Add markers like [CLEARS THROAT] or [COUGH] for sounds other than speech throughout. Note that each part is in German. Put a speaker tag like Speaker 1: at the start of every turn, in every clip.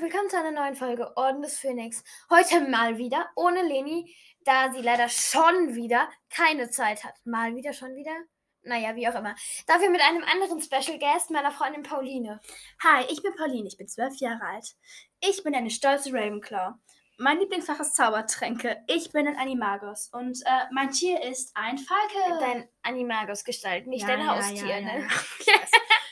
Speaker 1: willkommen zu einer neuen Folge Orden des Phönix. Heute mal wieder ohne Leni, da sie leider schon wieder keine Zeit hat. Mal wieder, schon wieder? Naja, wie auch immer. Dafür mit einem anderen Special Guest, meiner Freundin Pauline.
Speaker 2: Hi, ich bin Pauline, ich bin zwölf Jahre alt. Ich bin eine stolze Ravenclaw. Mein Lieblingsfach ist Zaubertränke. Ich bin ein Animagus und äh, mein Tier ist ein Falke.
Speaker 1: Dein Animagus-Gestalt, nicht
Speaker 2: Ja,
Speaker 1: dein
Speaker 2: ja,
Speaker 1: Haustier,
Speaker 2: ja, ja,
Speaker 1: ne?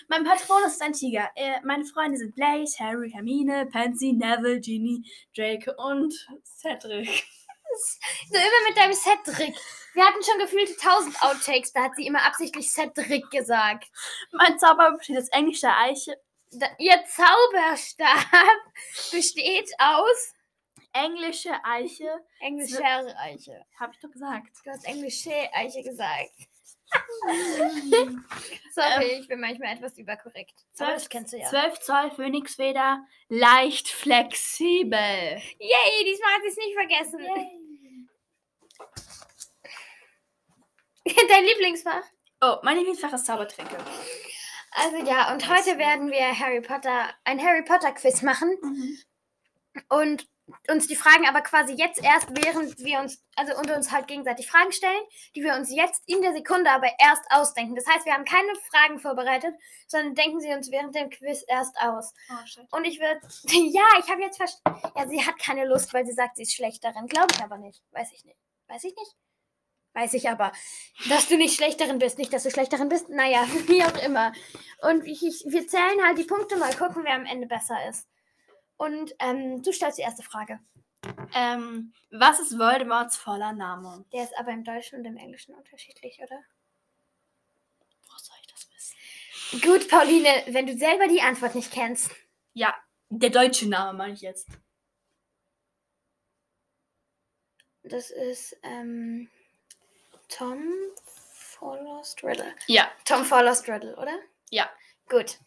Speaker 2: mein Patron ist ein Tiger. Äh, meine Freunde sind Blaze, Harry, Hermine, Pansy, Neville, Genie, Drake und Cedric.
Speaker 1: [LAUGHS] So immer mit deinem Cedric. Wir hatten schon gefühlte 1000 Outtakes, da hat sie immer absichtlich Cedric gesagt.
Speaker 2: Mein Zauber besteht aus englischer Eiche,
Speaker 1: Da, ihr Zauberstab [LAUGHS] besteht aus
Speaker 2: englische Eiche,
Speaker 1: englischer Eiche.
Speaker 2: habe ich doch
Speaker 1: [LAUGHS]
Speaker 2: gesagt.
Speaker 1: Du hast englische Eiche gesagt. Ähm, Sorry, ich bin manchmal etwas überkorrekt. Aber das kennst du ja.
Speaker 2: 12 Zoll Phönixfeder, leicht flexibel.
Speaker 1: Yay, diesmal hat sie es nicht vergessen. [LAUGHS] Dein Lieblingsfach?
Speaker 2: Oh, mein Lieblingsfach ist Zaubertränke.
Speaker 1: Also ja, und heute werden wir Harry Potter, ein Harry Potter Quiz machen und uns die Fragen aber quasi jetzt erst, während wir uns, also unter uns halt gegenseitig Fragen stellen, die wir uns jetzt in der Sekunde aber erst ausdenken. Das heißt, wir haben keine Fragen vorbereitet, sondern denken sie uns während dem Quiz erst aus.
Speaker 2: Oh, shit.
Speaker 1: Und ich würde, [LAUGHS] ja, ich habe jetzt verstanden. Ja, sie hat keine Lust, weil sie sagt, sie ist schlecht darin. Glaube ich aber nicht. Weiß ich nicht. Weiß ich nicht. Weiß ich aber, dass du nicht schlecht darin bist. Nicht, dass du schlecht darin bist. Naja, [LAUGHS] wie auch immer. Und ich, ich, wir zählen halt die Punkte, mal gucken, wer am Ende besser ist. Und ähm, du stellst die erste Frage.
Speaker 2: Ähm, was ist Voldemorts voller Name?
Speaker 1: Der ist aber im Deutschen und im Englischen unterschiedlich, oder?
Speaker 2: Wo soll ich das wissen?
Speaker 1: Gut, Pauline, wenn du selber die Antwort nicht kennst.
Speaker 2: Ja, der deutsche Name meine ich jetzt.
Speaker 1: Das ist ähm, Tom Follows Riddle.
Speaker 2: Ja.
Speaker 1: Tom Forlost Riddle, oder?
Speaker 2: Ja.
Speaker 1: Gut.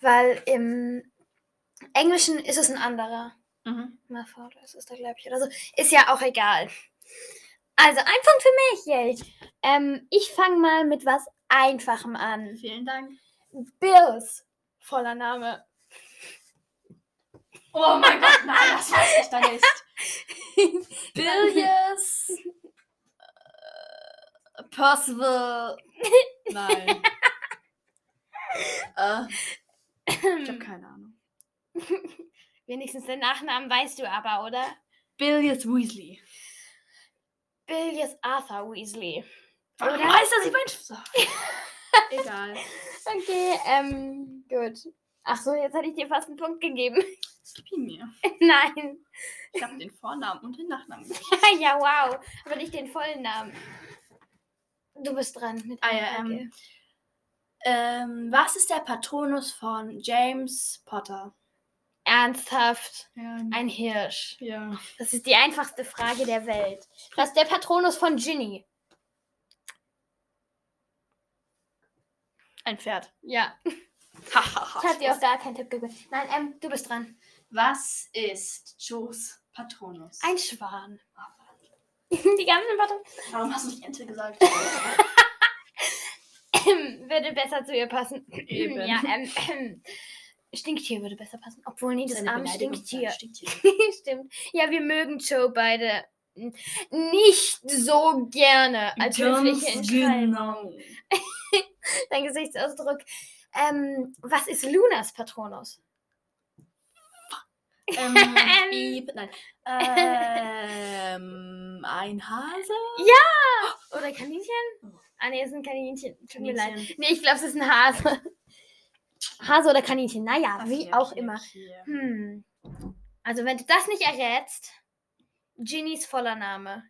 Speaker 1: Weil im Englischen ist es ein anderer.
Speaker 2: Mhm.
Speaker 1: Mal Forlost ist da, glaube ich, oder so. Ist ja auch egal. Also, ein Punkt für mich, yay. Ähm, ich fange mal mit was Einfachem an.
Speaker 2: Vielen Dank.
Speaker 1: Bills. Voller Name.
Speaker 2: Oh mein Gott, nein, das weiß ich da [LAUGHS] nicht. Bilious. äh, Percival. [LAUGHS] Nein. äh, ich
Speaker 1: Hm.
Speaker 2: habe keine Ahnung.
Speaker 1: Wenigstens den Nachnamen weißt du aber, oder?
Speaker 2: Bilious Weasley.
Speaker 1: Billius Arthur Weasley.
Speaker 2: Warum
Speaker 1: Oder?
Speaker 2: heißt das? Ich mein. So. [LAUGHS] Egal.
Speaker 1: Okay, ähm, gut. Ach so, jetzt hätte ich dir fast einen Punkt gegeben. [LAUGHS]
Speaker 2: Gib ihn mir.
Speaker 1: Nein.
Speaker 2: Ich habe den Vornamen und den Nachnamen.
Speaker 1: [LAUGHS] ja, wow. Aber nicht den vollen Namen. Du bist dran. Mit
Speaker 2: Ah,
Speaker 1: einer
Speaker 2: ja,
Speaker 1: Frage.
Speaker 2: ähm, Ähm, was ist der Patronus von James Potter?
Speaker 1: Ernsthaft.
Speaker 2: Ja.
Speaker 1: Ein Hirsch.
Speaker 2: ja.
Speaker 1: Das ist die einfachste Frage der Welt. Was ist der Patronus von Ginny? [LAUGHS]
Speaker 2: Ein Pferd.
Speaker 1: Ja. Ich hab dir auch gar keinen Tipp gegeben. Nein, ähm, du bist dran.
Speaker 2: Was ist Joes Patronus?
Speaker 1: Ein Schwan. [LAUGHS] die ganzen [LAUGHS] Patron
Speaker 2: Warum hast du nicht Ente
Speaker 1: [LAUGHS]
Speaker 2: gesagt?
Speaker 1: Ähm, würde besser zu ihr passen.
Speaker 2: Eben.
Speaker 1: Ja, ähm, Stinktier würde besser passen. Obwohl, nee, das arme Stinktier. [LAUGHS] Stimmt. Ja, wir mögen Joe beide n- nicht so gerne als höfliche Entscheidung.
Speaker 2: genau.
Speaker 1: Dein Gesichtsausdruck. Ähm, was ist Lunas Patronus? [LAUGHS]
Speaker 2: Ähm, piep, nein. Ähm, ein Hase?
Speaker 1: Oder Kaninchen? Ah, nee, es ist ein Kaninchen. Tut mir leid.
Speaker 2: Kaninchen.
Speaker 1: Nee, ich glaube, es ist ein Hase. [LAUGHS] Hase oder Kaninchen. Naja, wie
Speaker 2: Okay,
Speaker 1: auch
Speaker 2: okay,
Speaker 1: immer.
Speaker 2: okay.
Speaker 1: Hm. Also, wenn du das nicht errätst, Ginnys voller Name.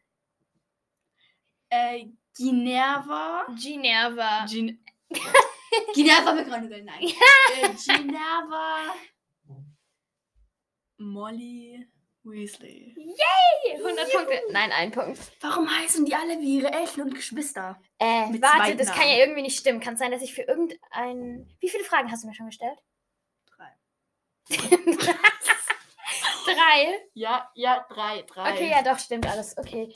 Speaker 2: Äh, Ginerva.
Speaker 1: Ginerva.
Speaker 2: [LAUGHS] Gin Ginerva McGonagall, nein. Äh, Ginerva. Molly Weasley.
Speaker 1: 100 Punkte. Nein, ein Punkt.
Speaker 2: Warum heißen die alle wie ihre Eltern und Geschwister?
Speaker 1: Äh,
Speaker 2: Mit
Speaker 1: warte,
Speaker 2: zweiten
Speaker 1: das kann ja irgendwie nicht stimmen. Kann es sein, dass ich für irgendein. Wie viele Fragen hast du mir schon gestellt?
Speaker 2: Drei.
Speaker 1: [LAUGHS] Drei.
Speaker 2: Ja, ja, drei, drei.
Speaker 1: Okay, ja, doch, stimmt alles. Okay.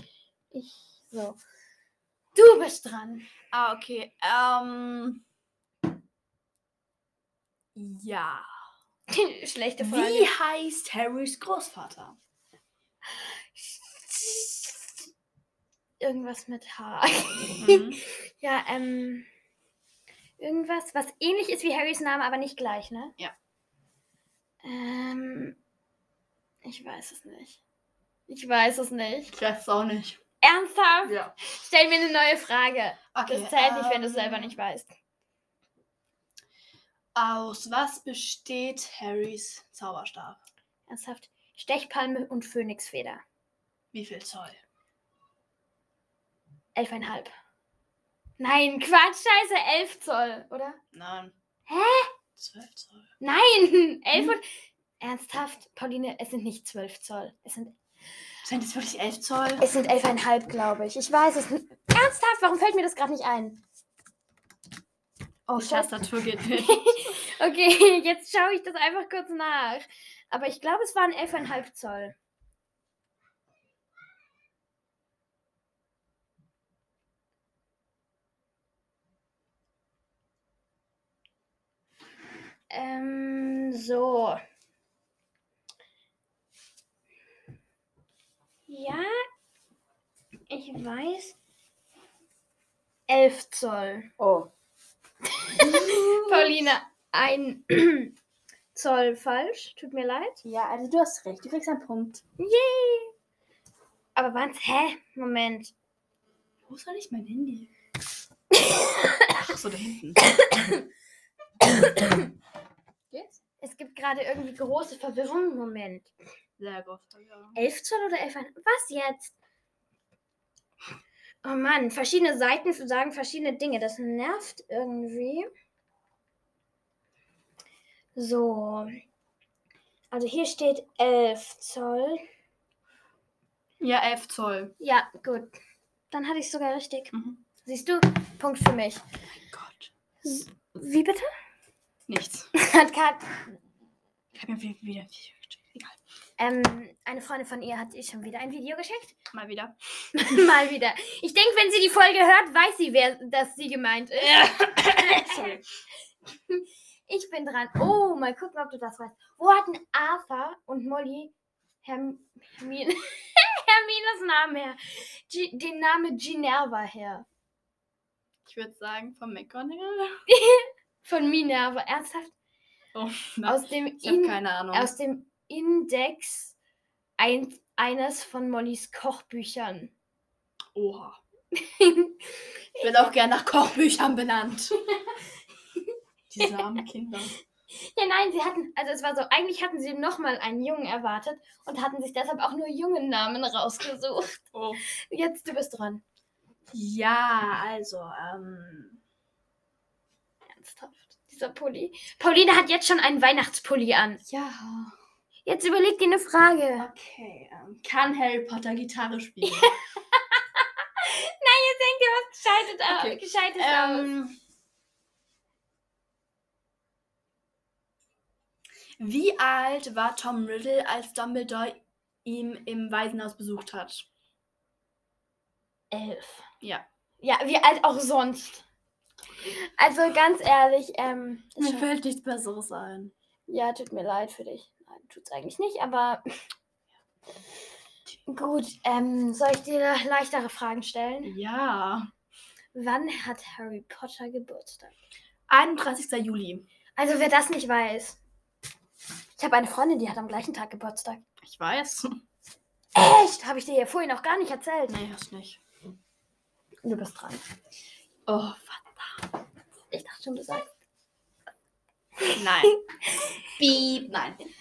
Speaker 1: Ich. So. Du bist
Speaker 2: [LAUGHS]
Speaker 1: dran.
Speaker 2: Ah, okay. Ähm. Ja.
Speaker 1: Schlechte Frage.
Speaker 2: Wie heißt Harrys Großvater?
Speaker 1: [LAUGHS] Irgendwas mit H. [LAUGHS]
Speaker 2: Mhm. [LAUGHS]
Speaker 1: ja, ähm. Irgendwas, was ähnlich ist wie Harrys Name, aber nicht gleich, ne?
Speaker 2: Ja.
Speaker 1: Ähm. Ich weiß es nicht. Ich weiß es nicht.
Speaker 2: Ich weiß es auch nicht.
Speaker 1: Ernsthaft?
Speaker 2: Ja.
Speaker 1: Stell mir eine neue Frage.
Speaker 2: Okay,
Speaker 1: Das zählt nicht, wenn du es
Speaker 2: ähm,
Speaker 1: selber nicht weißt.
Speaker 2: Aus was besteht Harrys Zauberstab?
Speaker 1: Ernsthaft. Stechpalme und Phönixfeder.
Speaker 2: Wie viel Zoll?
Speaker 1: Elfeinhalb. Nein, Quatsch, scheiße, elf Zoll, oder?
Speaker 2: Nein.
Speaker 1: Hä?
Speaker 2: Zwölf Zoll.
Speaker 1: Nein, [LAUGHS] elf
Speaker 2: Hm.
Speaker 1: und... Ernsthaft, Pauline, es sind nicht zwölf Zoll. Es sind,
Speaker 2: Sind es wirklich elf Zoll?
Speaker 1: es sind elfeinhalb, glaube ich. Ich weiß es nicht. Ernsthaft, warum fällt mir das gerade nicht ein? Oh,
Speaker 2: Die
Speaker 1: scheiße.
Speaker 2: Tastatur [LAUGHS] geht nicht.
Speaker 1: Okay, [LAUGHS] jetzt schaue ich das einfach kurz nach. Aber ich glaube, es waren elfeinhalb Zoll. Ähm, so. Ja, ich weiß. Elf Zoll.
Speaker 2: Oh.
Speaker 1: Pauline, ein [CLEARS THROAT] Zoll falsch. Tut mir leid.
Speaker 2: Ja, also du hast recht. Du kriegst einen Punkt.
Speaker 1: Yay! Aber waren's? Hä? Moment.
Speaker 2: Wo soll ich mein Handy? Ach so, da hinten. Geht's?
Speaker 1: Es gibt gerade irgendwie große Verwirrung. Moment.
Speaker 2: Sehr gut. Ja.
Speaker 1: 11 Zoll oder 11? Was jetzt? Oh Mann, verschiedene Seiten sagen verschiedene Dinge. Das nervt irgendwie. So. Also hier steht 11 Zoll.
Speaker 2: ja, elf Zoll.
Speaker 1: Ja, gut. Dann hatte ich sogar richtig.
Speaker 2: Mhm.
Speaker 1: Siehst du? Punkt für mich.
Speaker 2: Gott.
Speaker 1: Wie bitte?
Speaker 2: Nichts.
Speaker 1: [LAUGHS] Hat Kat,
Speaker 2: Ich habe mir wieder, wieder ein Video geschickt. Egal.
Speaker 1: ähm, eine Freundin von ihr hat ihr schon wieder ein Video geschickt. [LAUGHS]
Speaker 2: Mal [LAUGHS] wieder.
Speaker 1: Mal wieder. Ich denke, wenn sie die Folge hört, weiß sie, wer dass sie gemeint
Speaker 2: [LAUGHS]
Speaker 1: ist. Sorry. Ich bin dran. Oh, mal gucken, ob du das weißt. Wo hatten Arthur und Molly Herm Hermine, [LAUGHS] Hermines Namen her? G den Namen Ginerva her.
Speaker 2: Ich würde sagen, von McGonagall.
Speaker 1: Von Minerva. Ernsthaft?
Speaker 2: Oh, nein.
Speaker 1: Aus dem
Speaker 2: ich habe
Speaker 1: In-
Speaker 2: keine Ahnung.
Speaker 1: aus dem Index ein, eines von Mollys Kochbüchern. [LAUGHS]
Speaker 2: Oha. Ich werde auch gern nach Kochbüchern [LAUGHS] benannt. Die armen Kinder.
Speaker 1: Ja, nein, sie hatten, also es war so, eigentlich hatten sie nochmal einen Jungen erwartet und hatten sich deshalb auch nur jungen Namen rausgesucht.
Speaker 2: Oh.
Speaker 1: Jetzt, du bist dran.
Speaker 2: Ja, also, ähm.
Speaker 1: Ernsthaft. Dieser Pulli. Pauline hat jetzt schon einen Weihnachtspulli an.
Speaker 2: Ja.
Speaker 1: Jetzt überleg dir eine Frage.
Speaker 2: Okay, ähm, kann Harry Potter Gitarre [LAUGHS] spielen?
Speaker 1: Ich denke, was gescheitert
Speaker 2: Okay.
Speaker 1: okay. Gescheites aus.
Speaker 2: ähm. Wie alt war Tom Riddle, als Dumbledore ihn im Waisenhaus besucht hat?
Speaker 1: Elf.
Speaker 2: Ja.
Speaker 1: Ja, wie alt auch sonst. Also ganz ehrlich, ähm. ist schon-
Speaker 2: fällt nichts Besseres ein.
Speaker 1: Ja, tut mir leid für dich. Nein, tut's eigentlich nicht, [LAUGHS] aber. Gut, ähm, soll ich dir leichtere Fragen stellen?
Speaker 2: Ja.
Speaker 1: Wann hat Harry Potter Geburtstag?
Speaker 2: 31. Juli.
Speaker 1: Also, wer das nicht weiß. Ich habe eine Freundin, die hat am gleichen Tag Geburtstag.
Speaker 2: Ich weiß.
Speaker 1: Echt? Habe ich dir ja vorhin noch gar nicht erzählt.
Speaker 2: Nee, hast nicht.
Speaker 1: Du bist dran.
Speaker 2: Oh,
Speaker 1: Ich dachte schon, du sagst.
Speaker 2: [LAUGHS] Nein. Piep, nein.
Speaker 1: Ähm,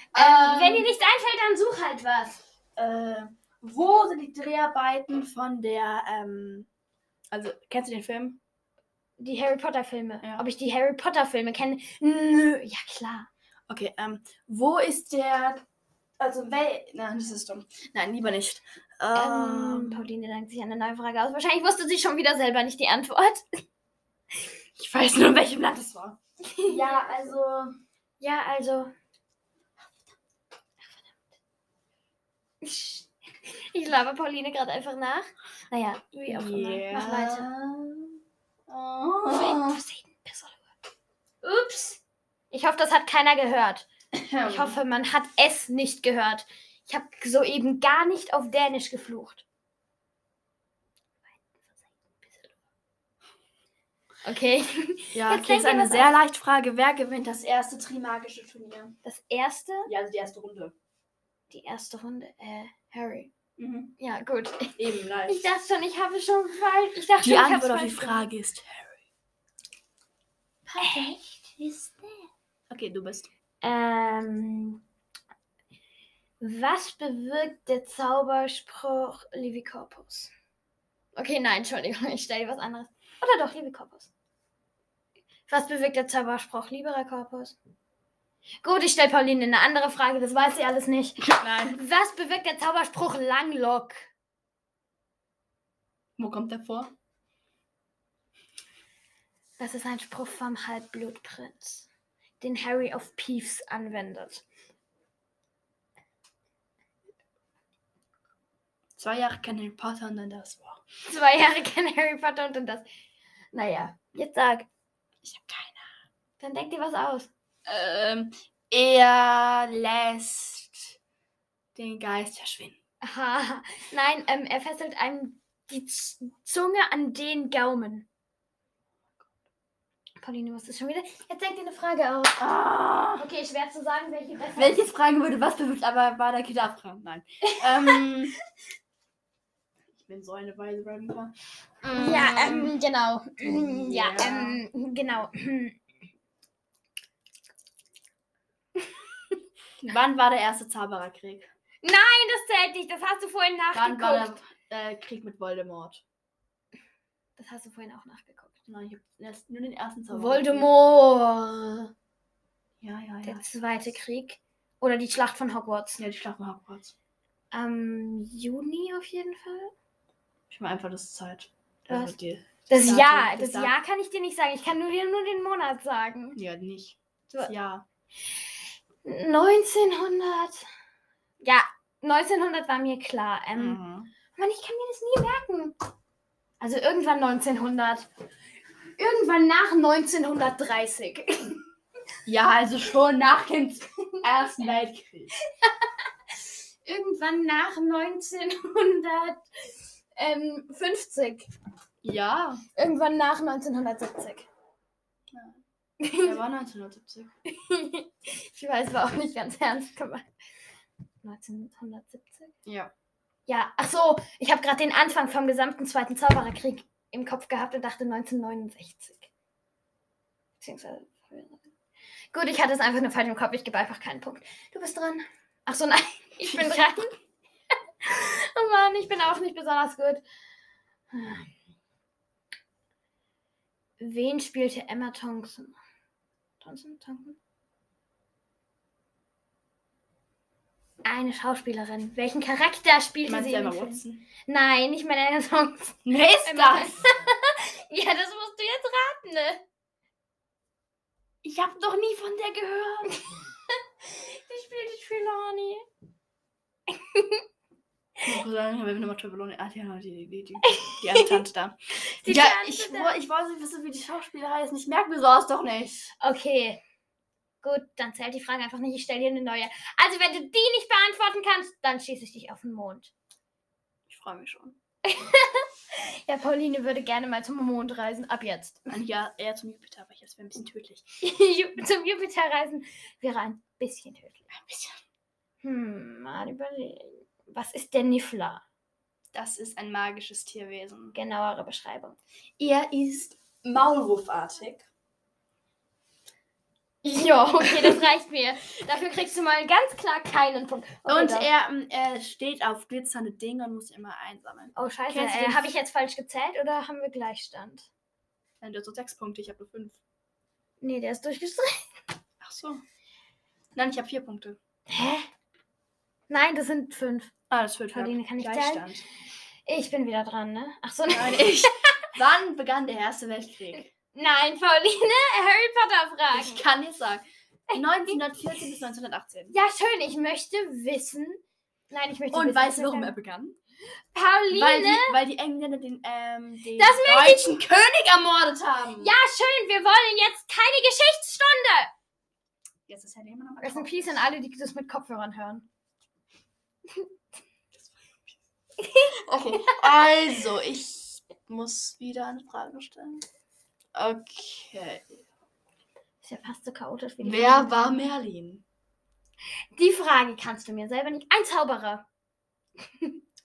Speaker 1: wenn dir nichts einfällt, dann such halt was.
Speaker 2: äh, wo sind die Dreharbeiten von der, ähm, also, kennst du den Film?
Speaker 1: Die Harry Potter-Filme.
Speaker 2: Ja.
Speaker 1: Ob ich die Harry Potter-Filme kenne? Nö, ja klar.
Speaker 2: Okay, ähm, wo ist der, also, wel, nein, das ist dumm. Nein, lieber nicht.
Speaker 1: Ähm,
Speaker 2: Ähm,
Speaker 1: Pauline denkt sich eine neue Frage aus. Wahrscheinlich wusste sie schon wieder selber nicht die Antwort.
Speaker 2: ich weiß nur, in welchem Land es war. ja, also,
Speaker 1: Ja, also. Ich laber Pauline gerade einfach nach. Naja, wie auch immer. Mach weiter.
Speaker 2: Oh.
Speaker 1: Ups. Ich hoffe, das hat keiner gehört. Ich hoffe, man hat es nicht gehört. Ich habe soeben gar nicht auf Dänisch geflucht. Okay. [LAUGHS]
Speaker 2: Ja,
Speaker 1: Jetzt
Speaker 2: okay,
Speaker 1: denkt
Speaker 2: ist
Speaker 1: ihr
Speaker 2: eine
Speaker 1: was
Speaker 2: sehr leichte Frage. Wer gewinnt das erste Trimagische Turnier?
Speaker 1: Das erste,
Speaker 2: Ja, also die erste Runde.
Speaker 1: die erste Runde, äh, Harry.
Speaker 2: Mhm.
Speaker 1: Ja, gut.
Speaker 2: Eben leicht.
Speaker 1: Ich dachte schon, ich habe schon falsch. Ich dachte
Speaker 2: die
Speaker 1: schon, ich hab's
Speaker 2: Antwort auf die
Speaker 1: falsch gemacht.
Speaker 2: Frage ist
Speaker 1: Echt? Ist
Speaker 2: Okay, du bist.
Speaker 1: Ähm, was bewirkt der Zauberspruch Levi Corpus? Okay, nein, Entschuldigung, ich stelle was anderes. Oder doch, Levi Corpus. Was bewirkt der Zauberspruch Libera Corpus? Gut, ich stelle Pauline eine andere Frage, das weiß sie alles nicht.
Speaker 2: Nein.
Speaker 1: Was bewirkt der Zauberspruch Langlock?
Speaker 2: Wo kommt der vor?
Speaker 1: Das ist ein Spruch vom Halbblutprinz, den Harry auf Peeves anwendet.
Speaker 2: Zwei Jahre kein Harry Potter und dann das. Wow.
Speaker 1: Zwei Jahre kein Harry Potter und dann das. Naja, jetzt sag.
Speaker 2: Ich habe keine.
Speaker 1: Dann denk dir was aus.
Speaker 2: Ähm, er lässt den Geist verschwinden.
Speaker 1: Aha. Nein, ähm, er fesselt einem die Z Zunge an den Gaumen. Pauline, was ist schon wieder? Jetzt denk dir eine Frage aus.
Speaker 2: Ah.
Speaker 1: Okay, schwer zu sagen, welche besser
Speaker 2: Welches Fragen würde was bewirkt, aber war der Kedavra? Nein. ähm, [LAUGHS] ich bin so eine weise Ravenclaw. Mm.
Speaker 1: ist. Ja, ähm, genau.
Speaker 2: Ja.
Speaker 1: Ja, ähm, [CLEARS THROAT] genau.
Speaker 2: Wann war der erste Zaubererkrieg?
Speaker 1: Nein, das zählt nicht. Das hast du vorhin
Speaker 2: Wann
Speaker 1: nachgeguckt.
Speaker 2: war der äh, Krieg mit Voldemort?
Speaker 1: Das hast du vorhin auch nachgeguckt.
Speaker 2: Nein, ich habe erst nur den ersten Zaubererkrieg.
Speaker 1: Voldemort.
Speaker 2: Ja, ja, ja.
Speaker 1: Der zweite Krieg. Oder die Schlacht von Hogwarts.
Speaker 2: Ja, die Schlacht von Hogwarts.
Speaker 1: Am Juni auf jeden Fall.
Speaker 2: Ich meine einfach, das ist Zeit.
Speaker 1: Was?
Speaker 2: Also die,
Speaker 1: Das
Speaker 2: Datum,
Speaker 1: Jahr,
Speaker 2: das
Speaker 1: das
Speaker 2: Datum.
Speaker 1: Jahr kann ich dir nicht sagen. Ich kann nur dir nur den Monat sagen.
Speaker 2: ja, nicht.
Speaker 1: Du-
Speaker 2: Das Jahr.
Speaker 1: 1900. Ja, 1900 war mir klar. Ähm,
Speaker 2: Mhm.
Speaker 1: Mann, ich kann mir das nie merken. Also irgendwann 1900. Irgendwann nach 1930.
Speaker 2: Ja, also schon nach dem [LAUGHS] Ersten Weltkrieg.
Speaker 1: [LAUGHS] irgendwann nach 1950.
Speaker 2: Ja,
Speaker 1: Irgendwann nach 1970.
Speaker 2: der war 1970.
Speaker 1: ich weiß, war auch nicht ganz ernst gemeint. 1970?
Speaker 2: Ja.
Speaker 1: Ja, ach so, ich habe gerade den Anfang vom gesamten Zweiten Zaubererkrieg im Kopf gehabt und dachte 1969. Beziehungsweise. Gut, ich hatte es einfach nur falsch im Kopf, ich gebe einfach keinen Punkt. Du bist dran. Ach so, nein, [LAUGHS] ich bin dran. oh Mann, ich bin auch nicht besonders gut. Wen spielte Emma Thompson? Thompson? Thompson? Eine Schauspielerin. Welchen Charakter spielte
Speaker 2: Meinst
Speaker 1: sie?
Speaker 2: du
Speaker 1: in dem
Speaker 2: Emma
Speaker 1: Film?
Speaker 2: Watson?
Speaker 1: Nein, nicht meine Songs.
Speaker 2: Wer ist
Speaker 1: Emma- [LAUGHS] ja, das musst du jetzt raten, ne?
Speaker 2: Ich habe doch nie von der gehört.
Speaker 1: Die spielte Trelawney.
Speaker 2: Ich muss sagen, wenn wir nochmal Trevellone. Ah, die, die, die, die,
Speaker 1: [LAUGHS]
Speaker 2: die eine Tante da.
Speaker 1: Die
Speaker 2: ja,
Speaker 1: Tante
Speaker 2: ich,
Speaker 1: da.
Speaker 2: woll- ich wollte nicht wissen, wie die Schauspieler heißen. Ich merke mir sowas doch nicht.
Speaker 1: Okay. Gut, dann zählt die Frage einfach nicht. Ich stelle dir eine neue. Also, wenn du die nicht beantworten kannst, dann schieße ich dich auf den Mond.
Speaker 2: Ich freue mich schon.
Speaker 1: Ja, Pauline würde gerne mal zum Mond reisen. Ab jetzt.
Speaker 2: Ein Jahr eher zum Jupiter, aber ich jetzt wäre ein bisschen tödlich.
Speaker 1: Ju- [LAUGHS] zum Jupiter reisen wäre ein bisschen tödlich.
Speaker 2: Ein bisschen.
Speaker 1: Hm, mal überlegen. Was ist der Niffler?
Speaker 2: Das ist ein magisches Tierwesen.
Speaker 1: Genauere Beschreibung.
Speaker 2: Er ist maulwurfartig.
Speaker 1: Ja, okay, das reicht mir. Dafür kriegst du mal ganz klar keinen Punkt. Okay,
Speaker 2: Und
Speaker 1: doch.
Speaker 2: er, ähm, er steht auf glitzernde Dinge und muss sie immer einsammeln.
Speaker 1: Oh, scheiße.
Speaker 2: Kennst du
Speaker 1: Äh,
Speaker 2: den
Speaker 1: habe
Speaker 2: F-
Speaker 1: ich jetzt falsch gezählt oder haben wir Gleichstand?
Speaker 2: Dann du hast so sechs Punkte, ich habe nur fünf.
Speaker 1: Nee, der ist durchgestrichen.
Speaker 2: Ach so. Nein, ich habe vier Punkte.
Speaker 1: Hä? Nein, das sind fünf.
Speaker 2: Ah, das wird
Speaker 1: Pauline, kann ich
Speaker 2: Gleichstand.
Speaker 1: Ich bin wieder dran, ne? Ach so,
Speaker 2: [LAUGHS] Nein,
Speaker 1: nein.
Speaker 2: ich. Wann begann der Erste Weltkrieg?
Speaker 1: [LAUGHS] Nein, Pauline, [LAUGHS] Harry Potter
Speaker 2: Ich
Speaker 1: fragen.
Speaker 2: kann nicht sagen. 1914 bis 1918.
Speaker 1: Ja, schön, ich möchte wissen. Nein, ich möchte
Speaker 2: Und
Speaker 1: wissen.
Speaker 2: weißt du,
Speaker 1: dass
Speaker 2: warum
Speaker 1: wir-
Speaker 2: er begann? Weil
Speaker 1: Pauline!
Speaker 2: die, weil die Engländer den, ähm, den
Speaker 1: Das
Speaker 2: deutschen König ermordet haben.
Speaker 1: Ja, schön, wir wollen jetzt keine Geschichtsstunde.
Speaker 2: Jetzt ist Harry immer noch mal
Speaker 1: Rest in
Speaker 2: drauf.
Speaker 1: Peace an alle, die das mit Kopfhörern hören.
Speaker 3: Okay, also ich muss wieder eine Frage stellen. Okay.
Speaker 1: Ist ja fast so chaotisch wie die
Speaker 3: Wer
Speaker 1: Frage.
Speaker 3: war Merlin?
Speaker 1: Die Frage kannst du mir selber nicht. Ein Zauberer.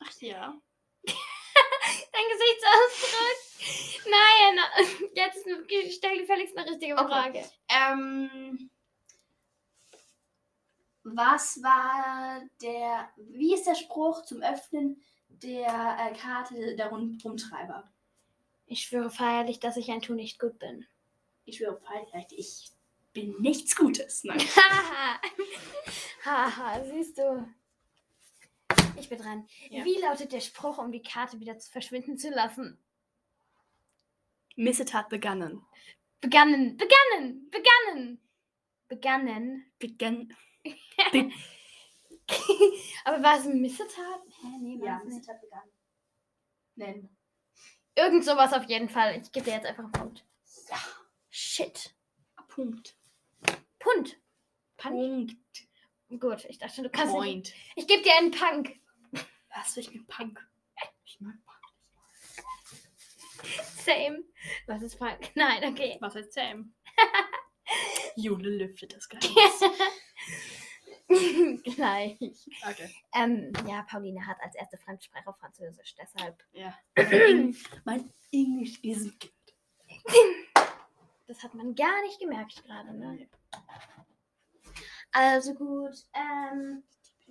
Speaker 3: Ach ja.
Speaker 1: Dein Gesichtsausdruck. Nein, [LAUGHS] jetzt ge- stell gefälligst eine richtige
Speaker 3: Okay.
Speaker 1: Frage.
Speaker 2: Ähm, was war der, wie ist der Spruch zum Öffnen der äh, Karte der Rund- Rumtreiber?
Speaker 1: Ich schwöre feierlich, dass ich ein Tu nicht gut bin. [LAUGHS]
Speaker 2: Ich schwöre, vielleicht, ich bin nichts Gutes. Nein.
Speaker 1: Haha. Haha, siehst du. Ich bin dran.
Speaker 3: Ja.
Speaker 1: Wie lautet der Spruch, um die Karte wieder zu verschwinden zu lassen?
Speaker 3: Missetat begannen.
Speaker 1: Begannen, begannen, begannen. Begannen.
Speaker 3: Begann.
Speaker 1: Aber war es ein Missetat? Hä, nee, war
Speaker 2: Ja,
Speaker 1: es nicht.
Speaker 2: Missetat begann. Nein.
Speaker 1: Irgend sowas auf jeden Fall. Ich gebe dir jetzt einfach einen Punkt.
Speaker 2: Ja.
Speaker 1: Shit.
Speaker 3: Ah, Punkt.
Speaker 1: Punt. Punch?
Speaker 3: Punkt.
Speaker 1: Gut, ich dachte, du kannst. Nicht.
Speaker 3: Point.
Speaker 1: Ich gebe dir einen Punk.
Speaker 3: Was will ich mit Punk? Ich mag Punk.
Speaker 1: Same. Was ist Punk? [LAUGHS] Nein, okay.
Speaker 3: Was heißt
Speaker 2: [LAUGHS]
Speaker 3: Sam? Jule lüftet das Geheimnis.
Speaker 1: Gleich.
Speaker 3: Okay.
Speaker 1: Ähm, ja, Pauline hat als erste Fremdsprache Französisch, deshalb.
Speaker 3: Ja.
Speaker 1: das
Speaker 3: [CLEARS THROAT] Mein Englisch ist good.
Speaker 1: hat man gar nicht gemerkt gerade, ne? Also gut, ähm,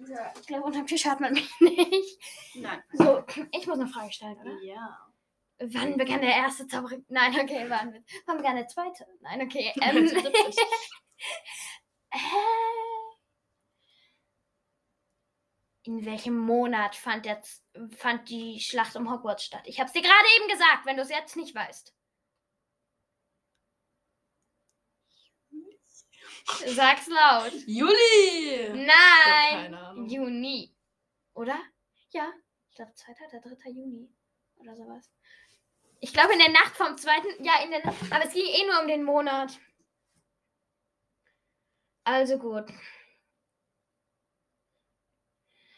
Speaker 1: ja, ich glaube, unterm Tisch hört man mich [LAUGHS] nicht.
Speaker 2: Nein.
Speaker 1: So, ich muss eine Frage stellen, oder?
Speaker 3: Ja.
Speaker 1: Wann begann der erste Zauberer? Nein, okay, wann, be- wann begann der zweite? Nein, okay. Ähm, [LAUGHS] äh, in welchem Monat fand, der, Z- fand die Schlacht um Hogwarts statt? Ich hab's dir gerade eben gesagt, wenn du es jetzt nicht weißt. Sag's laut.
Speaker 3: Juli!
Speaker 1: Nein.
Speaker 3: keine Ahnung.
Speaker 1: Juni. Oder? Ja. Ich glaube, 2. oder 3. Juni. Oder sowas. Ich glaube, in der Nacht vom 2. Ja, in der Nacht. Aber es ging eh nur um den Monat. Also gut.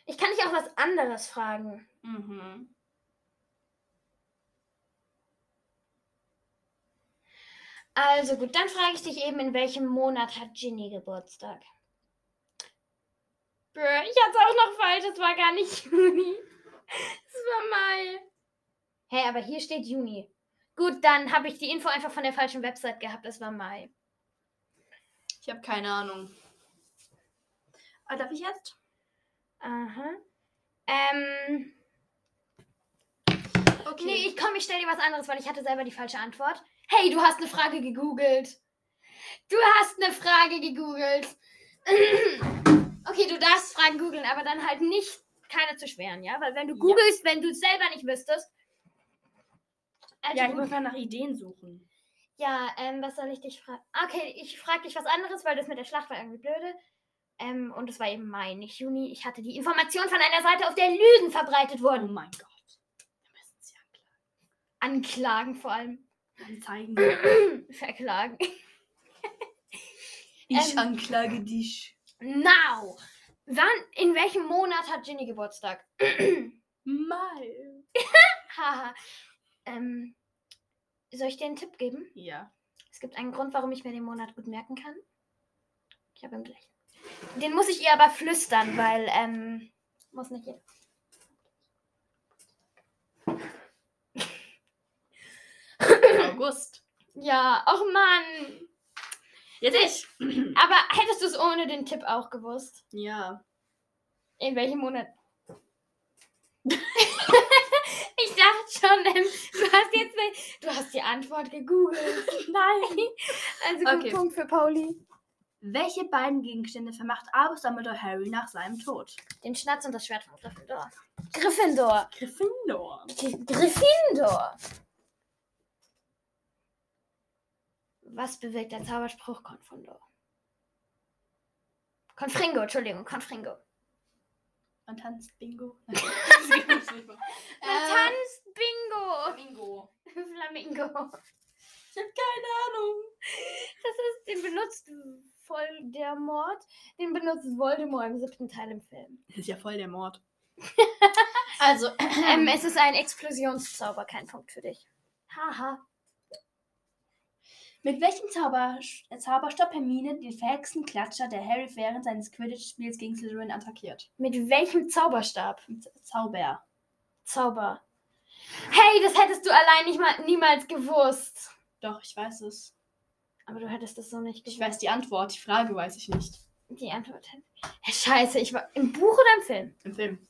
Speaker 1: Ich kann dich auch was anderes fragen.
Speaker 3: Mhm.
Speaker 1: Also gut, dann frage ich dich eben, in welchem Monat hat Ginny Geburtstag? Brr, ich hatte auch noch falsch, es war gar nicht [LAUGHS] Juni. Es war Mai. Hey, aber hier steht Juni. Gut, dann habe ich die Info einfach von der falschen Website gehabt, es war Mai.
Speaker 3: Ich habe keine Ahnung.
Speaker 2: Ah, darf ich jetzt?
Speaker 1: Aha. Ähm,
Speaker 3: Okay.
Speaker 1: nee, ich komm, ich stell dir was anderes, weil ich hatte selber die falsche Antwort. Hey, du hast eine Frage gegoogelt. Du hast eine Frage gegoogelt. [CLEARS THROAT] Okay, du darfst Fragen googeln, aber dann halt nicht keine zu schweren, ja? Weil wenn du
Speaker 3: Ja.
Speaker 1: googelst, wenn du es selber nicht wüsstest. Also
Speaker 2: Ja, ich
Speaker 1: gut.
Speaker 2: muss mal nach Ideen suchen.
Speaker 1: Ja, ähm, was soll ich dich fragen? Okay, ich frage dich was anderes, weil das mit der Schlacht war irgendwie blöde. Ähm, und es war eben Mai, nicht Juni. Ich hatte die Information von einer Seite, auf der Lügen verbreitet
Speaker 3: Oh
Speaker 1: wurden.
Speaker 3: mein Gott. Wir müssen sie anklagen.
Speaker 1: Anklagen vor allem. [CLEARS THROAT]
Speaker 3: Dann [CLEARS THROAT] zeigen wir.
Speaker 1: Verklagen.
Speaker 3: Ich
Speaker 1: Ähm.
Speaker 3: anklage dich.
Speaker 1: Now! Wann, in welchem Monat hat Ginny Geburtstag?
Speaker 3: Mal.
Speaker 1: Haha. ähm, soll ich dir einen Tipp geben? [CLEARS THROAT]
Speaker 3: Ja.
Speaker 1: Es gibt einen Grund, warum ich mir den Monat gut merken kann. Ich habe ihn gleich. Den muss ich ihr aber flüstern, weil, ähm, muss nicht jeder.
Speaker 3: August.
Speaker 1: Ja, och Mann.
Speaker 3: Jetzt ich.
Speaker 1: Aber hättest du es ohne den Tipp auch gewusst?
Speaker 3: ja.
Speaker 1: In welchem Monat? [LAUGHS] ich dachte schon, ähm, du hast jetzt, ne- du hast die Antwort gegoogelt. Nein. Also gut,
Speaker 3: Okay.
Speaker 1: Punkt für Pauli.
Speaker 2: Welche beiden Gegenstände vermacht Albus Dumbledore Harry nach seinem Tod?
Speaker 1: Den Schnatz und das Schwert von Gryffindor. Gryffindor.
Speaker 3: Gryffindor.
Speaker 1: Gryffindor. Was bewirkt der Zauberspruch Konfundo? Konfringo, Entschuldigung, Konfringo.
Speaker 2: Man tanzt [LAUGHS] Bingo. Äh.
Speaker 3: Das gibt's nicht mal.
Speaker 1: Man tanzt Bingo! [LAUGHS]
Speaker 3: Bingo.
Speaker 1: Flamingo.
Speaker 2: Ich habe keine Ahnung.
Speaker 1: Das ist, den benutzt voll der Mord. Den benutzt Voldemort im siebten Teil im
Speaker 2: [CLEARS THROAT]
Speaker 1: Film.
Speaker 3: Das ist ja voll der Mord.
Speaker 2: [LAUGHS] Also,
Speaker 3: [CLEARS THROAT]
Speaker 1: Ähm, es ist ein Explosionszauber, kein Punkt für dich. Haha.
Speaker 2: mit welchem Zauber, Zauberstab Hermine den verhexten Klatscher, der Harry während seines Quidditch-Spiels gegen Slytherin attackiert?
Speaker 1: Mit welchem Zauberstab?
Speaker 2: Z Zauber.
Speaker 1: Zauber. Hey, das hättest du allein nicht mal, niemals gewusst.
Speaker 3: Doch, ich weiß es.
Speaker 1: Aber du hättest das so nicht
Speaker 3: Ich
Speaker 1: gewusst.
Speaker 3: weiß die Antwort. Die Frage weiß ich nicht.
Speaker 1: Die Antwort. hätte- Hey, scheiße, ich war im Buch oder im Film?
Speaker 3: Im Film.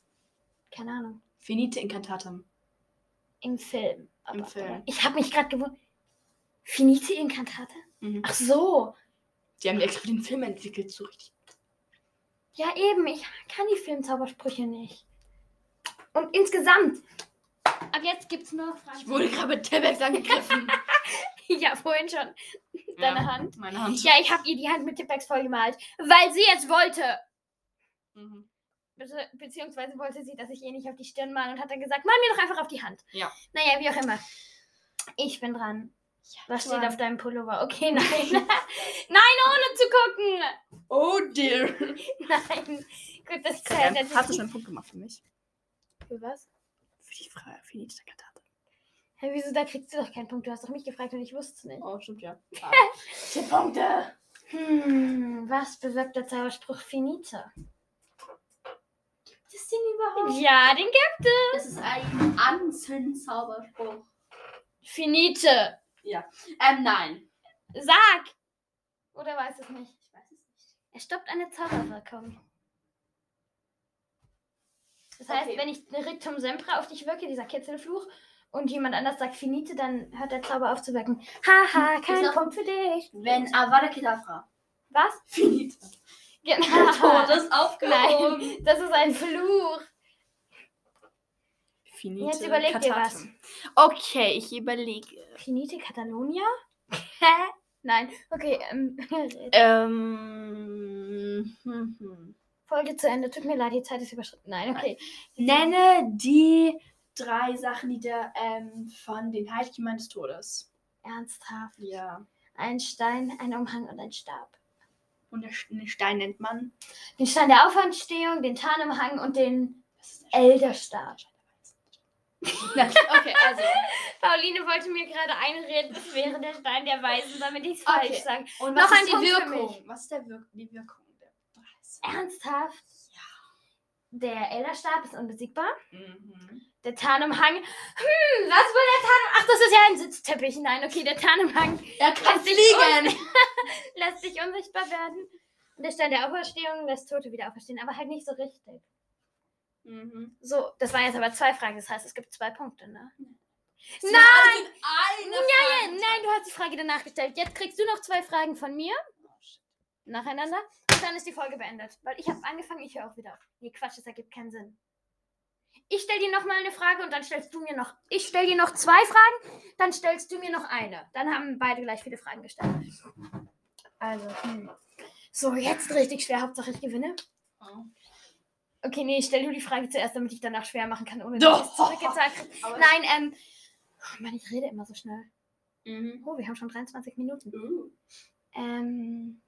Speaker 1: Keine Ahnung.
Speaker 3: Finite incantatum.
Speaker 1: Im Film. Aber-
Speaker 3: Im Film.
Speaker 1: Ich habe mich gerade gewundert. Finite Incantate?
Speaker 3: Mhm.
Speaker 1: Ach so.
Speaker 3: Die haben die extra für den Film entwickelt, so richtig.
Speaker 1: Ja, eben. Ich kann die Filmzaubersprüche nicht. Und insgesamt. Ab jetzt gibt's nur
Speaker 3: Ich
Speaker 1: Fragen.
Speaker 3: wurde gerade mit Tippex
Speaker 2: [LAUGHS]
Speaker 3: angegriffen.
Speaker 1: [LAUGHS] Ja, vorhin schon. Deine
Speaker 3: Ja,
Speaker 1: Hand?
Speaker 3: Meine Hand.
Speaker 1: Ja, ich habe ihr die Hand mit Tippex vollgemalt, weil sie es wollte.
Speaker 3: Mhm.
Speaker 1: Bzw. beziehungsweise wollte sie, dass ich ihr nicht auf die Stirn male und hat dann gesagt, mal mir doch einfach auf die Hand.
Speaker 3: Ja.
Speaker 1: Naja, wie auch immer. Ich bin dran. Was steht
Speaker 2: dran.
Speaker 1: auf deinem Pullover? Okay, [LAUGHS] nein. nein, ohne zu gucken.
Speaker 3: Oh dear.
Speaker 1: [LAUGHS] Nein. Gut, das zählt
Speaker 3: Okay. Hast du
Speaker 1: natürlich
Speaker 3: schon einen Punkt gemacht für mich?
Speaker 1: für was?
Speaker 3: Für die Frage. Finite incantatum.
Speaker 1: Hä, wieso, da kriegst du doch keinen Punkt. Du hast doch mich gefragt und ich wusste es nicht.
Speaker 3: Oh, stimmt, [LAUGHS] ja. Ah. Die Punkte.
Speaker 1: Hm, was bewirkt der Zauberspruch Finite?
Speaker 2: Was ist denn
Speaker 1: Oh.
Speaker 2: überhaupt?
Speaker 1: Ja, den gibt
Speaker 2: Das ist ein Anzündzauberspruch.
Speaker 1: Finite.
Speaker 2: Ähm, nein.
Speaker 1: Sag! Oder weiß es nicht?
Speaker 2: Ich weiß es nicht.
Speaker 1: Er stoppt eine Zauberwirkung. Das heißt,
Speaker 2: Okay.
Speaker 1: wenn ich eine Rictum Sempra auf dich wirke, dieser Kitzelfluch, und jemand anders sagt Finite, dann hört der Zauber auf zu wirken. Haha, kein
Speaker 2: sag-
Speaker 1: Punkt für dich.
Speaker 2: Wenn Avada Kedavra.
Speaker 1: Was?
Speaker 3: Finite.
Speaker 1: [LAUGHS] Genau.
Speaker 2: aufgehoben.
Speaker 1: Nein, das ist ein Fluch.
Speaker 3: Finite
Speaker 1: Jetzt überleg dir was.
Speaker 3: incantatum. Okay, ich überlege.
Speaker 1: Finite Catalonia? Nein. Okay, ähm, [LAUGHS]
Speaker 3: Ähm. hm, hm.
Speaker 1: Folge zu Ende. Tut mir leid, die Zeit ist überschritten. Nein, okay.
Speaker 3: Nenne die
Speaker 2: Drei Sachen, die der.
Speaker 3: ähm, von den Heiligtümern des Todes.
Speaker 1: Ernsthaft.
Speaker 3: Ja.
Speaker 1: Ein Stein, ein Umhang und ein Stab.
Speaker 3: Und der Sch- den Stein nennt man.
Speaker 1: Den Stein der Auferstehung, den Tarnumhang und den
Speaker 3: Das ist der
Speaker 1: Elderstab.
Speaker 3: Stein. Nein, okay, also.
Speaker 1: Pauline wollte mir gerade einreden, das wäre der Stein der Weisen, damit ich es
Speaker 3: Okay.
Speaker 1: falsch sage.
Speaker 3: Und
Speaker 1: Noch
Speaker 3: was
Speaker 1: ein
Speaker 3: ist die
Speaker 1: Punkt für
Speaker 3: Wirkung? Was ist der Wirk die Wirkung der Preise?
Speaker 1: Ernsthaft?
Speaker 3: Ja.
Speaker 1: Der Elderstab ist unbesiegbar.
Speaker 3: Mhm.
Speaker 1: Der Tarnumhang. Hm, was will der Tarnumhang? Ach, das ist ja ein Sitzteppich. Nein, okay, der Tarnumhang [LAUGHS]
Speaker 3: Er kann
Speaker 1: Lässt sich
Speaker 3: fliegen!
Speaker 1: lässt sich unsichtbar werden. Und der Stein der Auferstehung lässt Tote wieder auferstehen, aber halt nicht so richtig.
Speaker 3: Mhm.
Speaker 1: So, das waren jetzt aber zwei Fragen, das heißt, es gibt zwei Punkte, ne?
Speaker 3: [LAUGHS] Nein! Eine
Speaker 1: Äh,
Speaker 3: Frage.
Speaker 1: Nein, du hast die Frage danach gestellt. Jetzt kriegst du noch zwei Fragen von mir. Nacheinander. Und dann ist die Folge beendet. Weil ich habe angefangen, ich höre auch wieder auf. Nee, Quatsch, das ergibt keinen Sinn. Ich stell dir nochmal eine Frage und dann stellst du mir noch. Ich stell dir noch zwei Fragen, dann stellst du mir noch eine. Dann haben beide gleich viele Fragen gestellt. Also, hm. So, jetzt richtig schwer. Hauptsache ich gewinne.
Speaker 3: Oh.
Speaker 1: Okay, nee, stell du die Frage zuerst, damit ich danach schwer machen kann, ohne
Speaker 3: Doch.
Speaker 1: dass ich es zurückgezahlt krieg.
Speaker 3: Aber-
Speaker 1: Nein, ähm. Oh Mann, ich rede immer so schnell.
Speaker 3: Mhm.
Speaker 1: Oh, wir haben schon 23 Minuten.
Speaker 3: Uh.
Speaker 1: Ähm,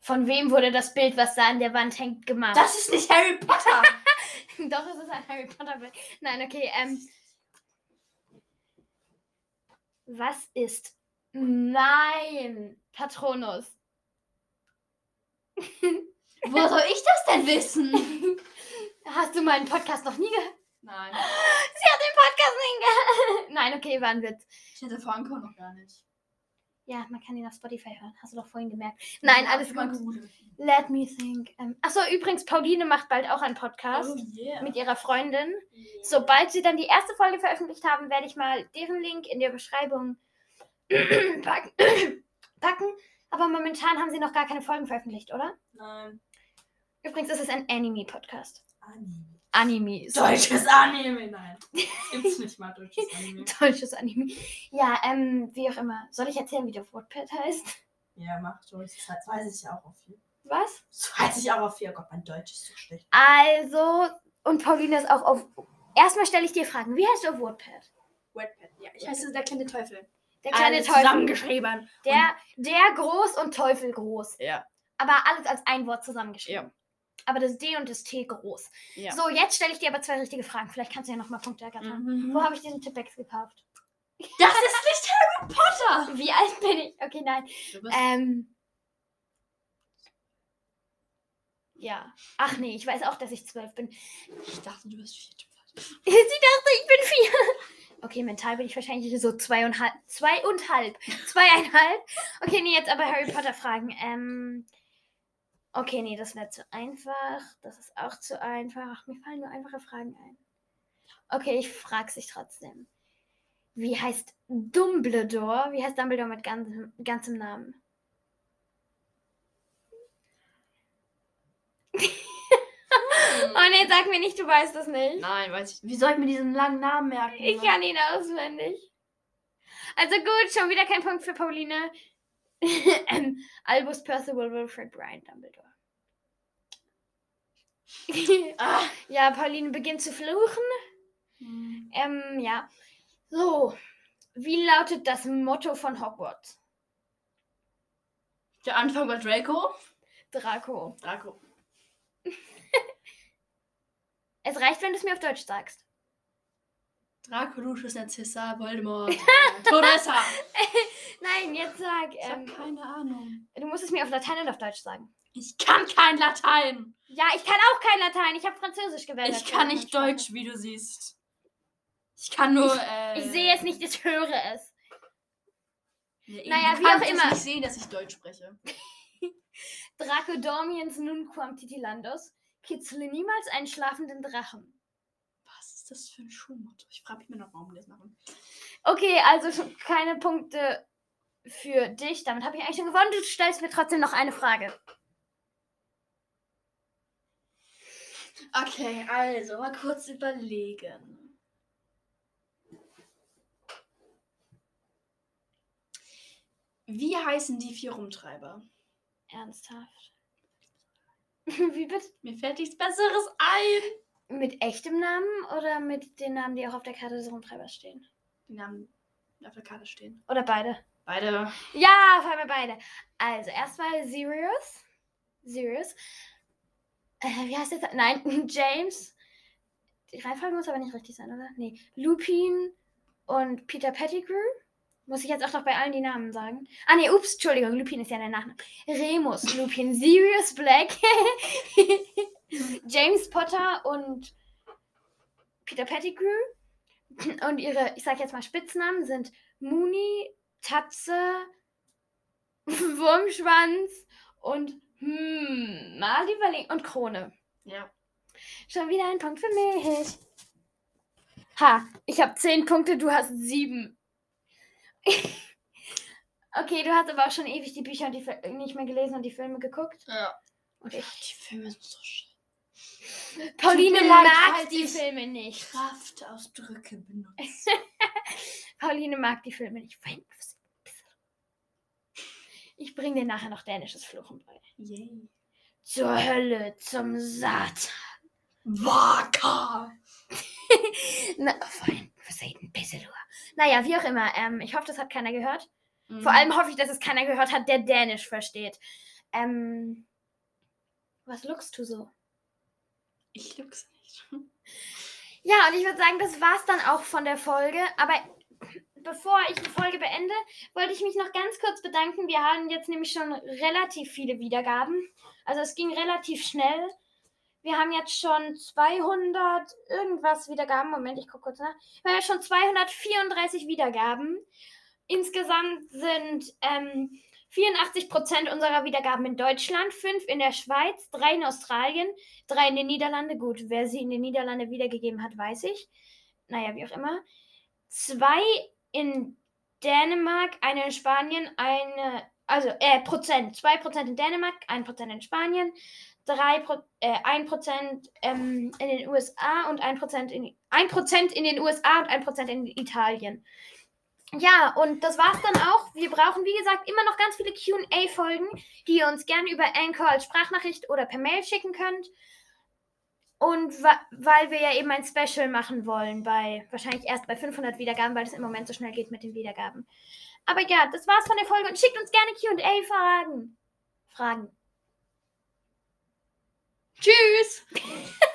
Speaker 1: von wem wurde das Bild, was da an der Wand hängt, gemacht?
Speaker 3: Das ist nicht Harry Potter!
Speaker 1: [LAUGHS] Doch, es ist ein Harry Potter Bild. Nein, okay. Ähm, was ist mein Patronus?
Speaker 2: Wo soll ich das denn wissen?
Speaker 1: Hast du meinen Podcast noch nie gehört?
Speaker 3: [LAUGHS]
Speaker 1: [LAUGHS]
Speaker 3: Nein.
Speaker 1: Podcast nicht gehört. Nein, okay, war ein Witz.
Speaker 3: Ich hätte vorhin kommen noch gar nicht.
Speaker 1: Ja, man kann ihn auf Spotify hören. Hast du doch vorhin gemerkt. Nein, alles
Speaker 3: mal
Speaker 1: gut.
Speaker 3: gut.
Speaker 1: Let me think. Ähm, achso, übrigens, Pauline macht bald auch einen Podcast
Speaker 3: Oh yeah.
Speaker 1: mit ihrer Freundin.
Speaker 3: Yeah.
Speaker 1: Sobald sie dann die erste Folge veröffentlicht haben, werde ich mal deren Link in der Beschreibung [CLEARS THROAT] packen. [CLEARS THROAT] packen. Aber momentan haben sie noch gar keine Folgen veröffentlicht, oder?
Speaker 3: Nein.
Speaker 1: Übrigens ist es ein Anime-Podcast.
Speaker 3: Anime.
Speaker 1: Anime. sorry.
Speaker 3: Deutsches Anime, nein. Das gibt's nicht mal [LAUGHS] deutsches Anime.
Speaker 1: Deutsches Anime. Ja, ähm, wie auch immer. Soll ich erzählen, wie der Wordpad heißt?
Speaker 3: Ja, mach durch. Das heißt- weiß ich ja auch auf viel.
Speaker 1: Was?
Speaker 3: Das weiß ich auch auf viel. Oh Gott, mein Deutsch ist so schlecht.
Speaker 1: Also, und Paulina ist auch auf. Erstmal stelle ich dir Fragen. Wie heißt der Wordpad?
Speaker 3: Wetpad. Ja, ich heiße der kleine Teufel.
Speaker 1: Der kleine
Speaker 2: Alle
Speaker 1: Teufel.
Speaker 2: zusammengeschrieben.
Speaker 1: Der, der groß und Teufel groß.
Speaker 3: Ja.
Speaker 1: Aber alles als ein Wort zusammengeschrieben. Aber das D und das T groß.
Speaker 3: Ja.
Speaker 1: So, jetzt stelle ich dir aber zwei richtige Fragen. Vielleicht kannst du ja nochmal Punkte ergattern.
Speaker 3: Mhm.
Speaker 1: Wo habe ich diesen Tippex gekauft?
Speaker 2: Das ist Äh, nicht Harry Potter!
Speaker 1: Wie alt bin ich? Okay, nein.
Speaker 3: Du bist
Speaker 1: Ähm. Ja. Ach nee, ich weiß auch, dass ich zwölf bin.
Speaker 3: Ich dachte, du bist vierte
Speaker 1: Sie dachte, [LAUGHS] ich bin vier. Okay, mental bin ich wahrscheinlich so zweieinhalb. Zweieinhalb. Zweieinhalb. Okay, nee, jetzt aber Harry Potter fragen. Ähm, okay, nee, das wäre zu einfach. Das ist auch zu einfach. Mir fallen nur einfache Fragen ein. Okay, ich frage dich trotzdem. Wie heißt Dumbledore? Wie heißt Dumbledore mit ganzem, ganzem Namen? Oh nee, sag mir nicht, du weißt das nicht.
Speaker 3: Nein, weiß ich nicht.
Speaker 2: Wie soll ich mir diesen langen Namen merken?
Speaker 1: Ich kann ihn auswendig. Also gut, schon wieder kein Punkt für Pauline. [LAUGHS] ähm, Albus Percival Wilfred Brian Dumbledore.
Speaker 2: Ah.
Speaker 1: [LAUGHS] ja, Pauline beginnt zu fluchen.
Speaker 2: Hm.
Speaker 1: Ähm, ja. So, wie lautet das Motto von Hogwarts?
Speaker 3: Der Anfang war Draco.
Speaker 1: Draco.
Speaker 3: Draco.
Speaker 1: Es reicht, wenn du es mir auf Deutsch sagst.
Speaker 3: Draco, Lucius, Narcissa,
Speaker 2: [LAUGHS]
Speaker 3: Voldemort, Todessa.
Speaker 1: Nein, jetzt sag.
Speaker 3: Ich hab
Speaker 1: Ähm,
Speaker 3: keine Ahnung.
Speaker 1: du musst es mir auf Latein und auf Deutsch sagen.
Speaker 3: Ich kann kein Latein.
Speaker 1: Ja, ich kann auch kein Latein. Ich habe Französisch gewählt.
Speaker 3: Ich
Speaker 1: als
Speaker 3: kann nicht
Speaker 1: Fremdsprache.
Speaker 3: Deutsch, wie du siehst. Ich kann nur. äh,
Speaker 1: Ich sehe es nicht, ich höre es.
Speaker 3: nee,
Speaker 1: Naja,
Speaker 3: du
Speaker 1: wie auch
Speaker 3: kannst
Speaker 1: immer.
Speaker 3: Es nicht sehen, dass ich Deutsch spreche.
Speaker 1: Draco Dormiens nunquam titilandos, kitzle niemals einen schlafenden Drachen.
Speaker 3: Was ist das für ein Schulmotto? Ich frage mich mir noch, warum die das machen.
Speaker 1: Okay, also schon keine Punkte für dich. Damit habe ich eigentlich schon gewonnen. Du stellst mir trotzdem noch eine Frage.
Speaker 3: Okay, also mal kurz überlegen. Wie heißen die vier Rumtreiber?
Speaker 1: Ernsthaft. [LAUGHS] Wie bitte?
Speaker 3: Mir fällt nichts Besseres ein.
Speaker 1: Mit echtem Namen oder mit den Namen, die auch auf der Karte des Rumtreibers stehen?
Speaker 3: Die Namen die auf der Karte stehen.
Speaker 1: Oder beide?
Speaker 3: Beide.
Speaker 1: Ja, auf einmal beide. Also, erstmal Sirius. Sirius. Äh, wie heißt der? Nein, [LAUGHS] James. Die Reihenfolge muss aber nicht richtig sein, oder? Nee. Lupin und Peter Pettigrew. Muss ich jetzt auch noch bei allen die Namen sagen? Ah, nee, ups, Entschuldigung, Lupin ist ja der Nachname. Remus, Lupin, Sirius Black, [LAUGHS] James Potter und Peter Pettigrew. Und ihre, ich sag jetzt mal Spitznamen sind Mooney, Tatze, Wurmschwanz und hm, mal überlegen. Und Krone.
Speaker 3: Ja.
Speaker 1: Schon wieder ein Punkt für mich. Ha, ich habe zehn Punkte, du hast sieben. [LAUGHS] okay, du hast aber auch schon ewig die Bücher und die Fil- nicht mehr gelesen und die Filme geguckt.
Speaker 3: ja.
Speaker 1: Und
Speaker 3: Die
Speaker 1: ich.
Speaker 3: Filme sind so schön.
Speaker 1: Pauline
Speaker 3: mir leid,
Speaker 1: mag
Speaker 3: falls
Speaker 1: die
Speaker 3: ich-
Speaker 1: Filme nicht.
Speaker 3: Kraftausdrücke benutzt.
Speaker 1: Pauline mag die Filme nicht. Ich bringe dir nachher noch dänisches Fluchen bei.
Speaker 3: Yay.
Speaker 1: Zur Hölle, zum Satan.
Speaker 3: Waka.
Speaker 1: Na, vorhin, was ist ein bisschen nur. Naja, wie auch immer. Ähm, ich hoffe, das hat keiner gehört. Vor allem hoffe ich, dass es keiner gehört hat, der Dänisch versteht. Ähm, was lookst du so?
Speaker 3: Ich lüg's nicht.
Speaker 1: Ja, und ich würde sagen, das war's dann auch von der Folge. Aber bevor ich die Folge beende, wollte ich mich noch ganz kurz bedanken. Wir haben jetzt nämlich schon relativ viele Wiedergaben. Also es ging relativ schnell. Wir haben jetzt schon 200 irgendwas Wiedergaben. Moment, ich gucke kurz nach. Wir haben jetzt schon 234 Wiedergaben. Insgesamt sind ähm, 84% unserer Wiedergaben in Deutschland, 5 in der Schweiz, 3 in Australien, drei in den Niederlanden. Gut, wer sie in den Niederlanden wiedergegeben hat, weiß ich. Naja, wie auch immer. Zwei in Dänemark, eine in Spanien, eine, also, äh, Prozent. Zwei Prozent in Dänemark, ein Prozent in Spanien, drei, Pro, äh, ein Prozent ähm, in den USA und ein Prozent in, ein Prozent in den USA und ein Prozent in Italien. Ja, und das war's dann auch. Wir brauchen, wie gesagt, immer noch ganz viele QA-Folgen, die ihr uns gerne über Anchor als Sprachnachricht oder per Mail schicken könnt. Und wa weil wir ja eben ein Special machen wollen, bei wahrscheinlich erst bei 500 Wiedergaben, weil es im Moment so schnell geht mit den Wiedergaben. Aber ja, das war's von der Folge und schickt uns gerne QA-Fragen. Fragen. Tschüss!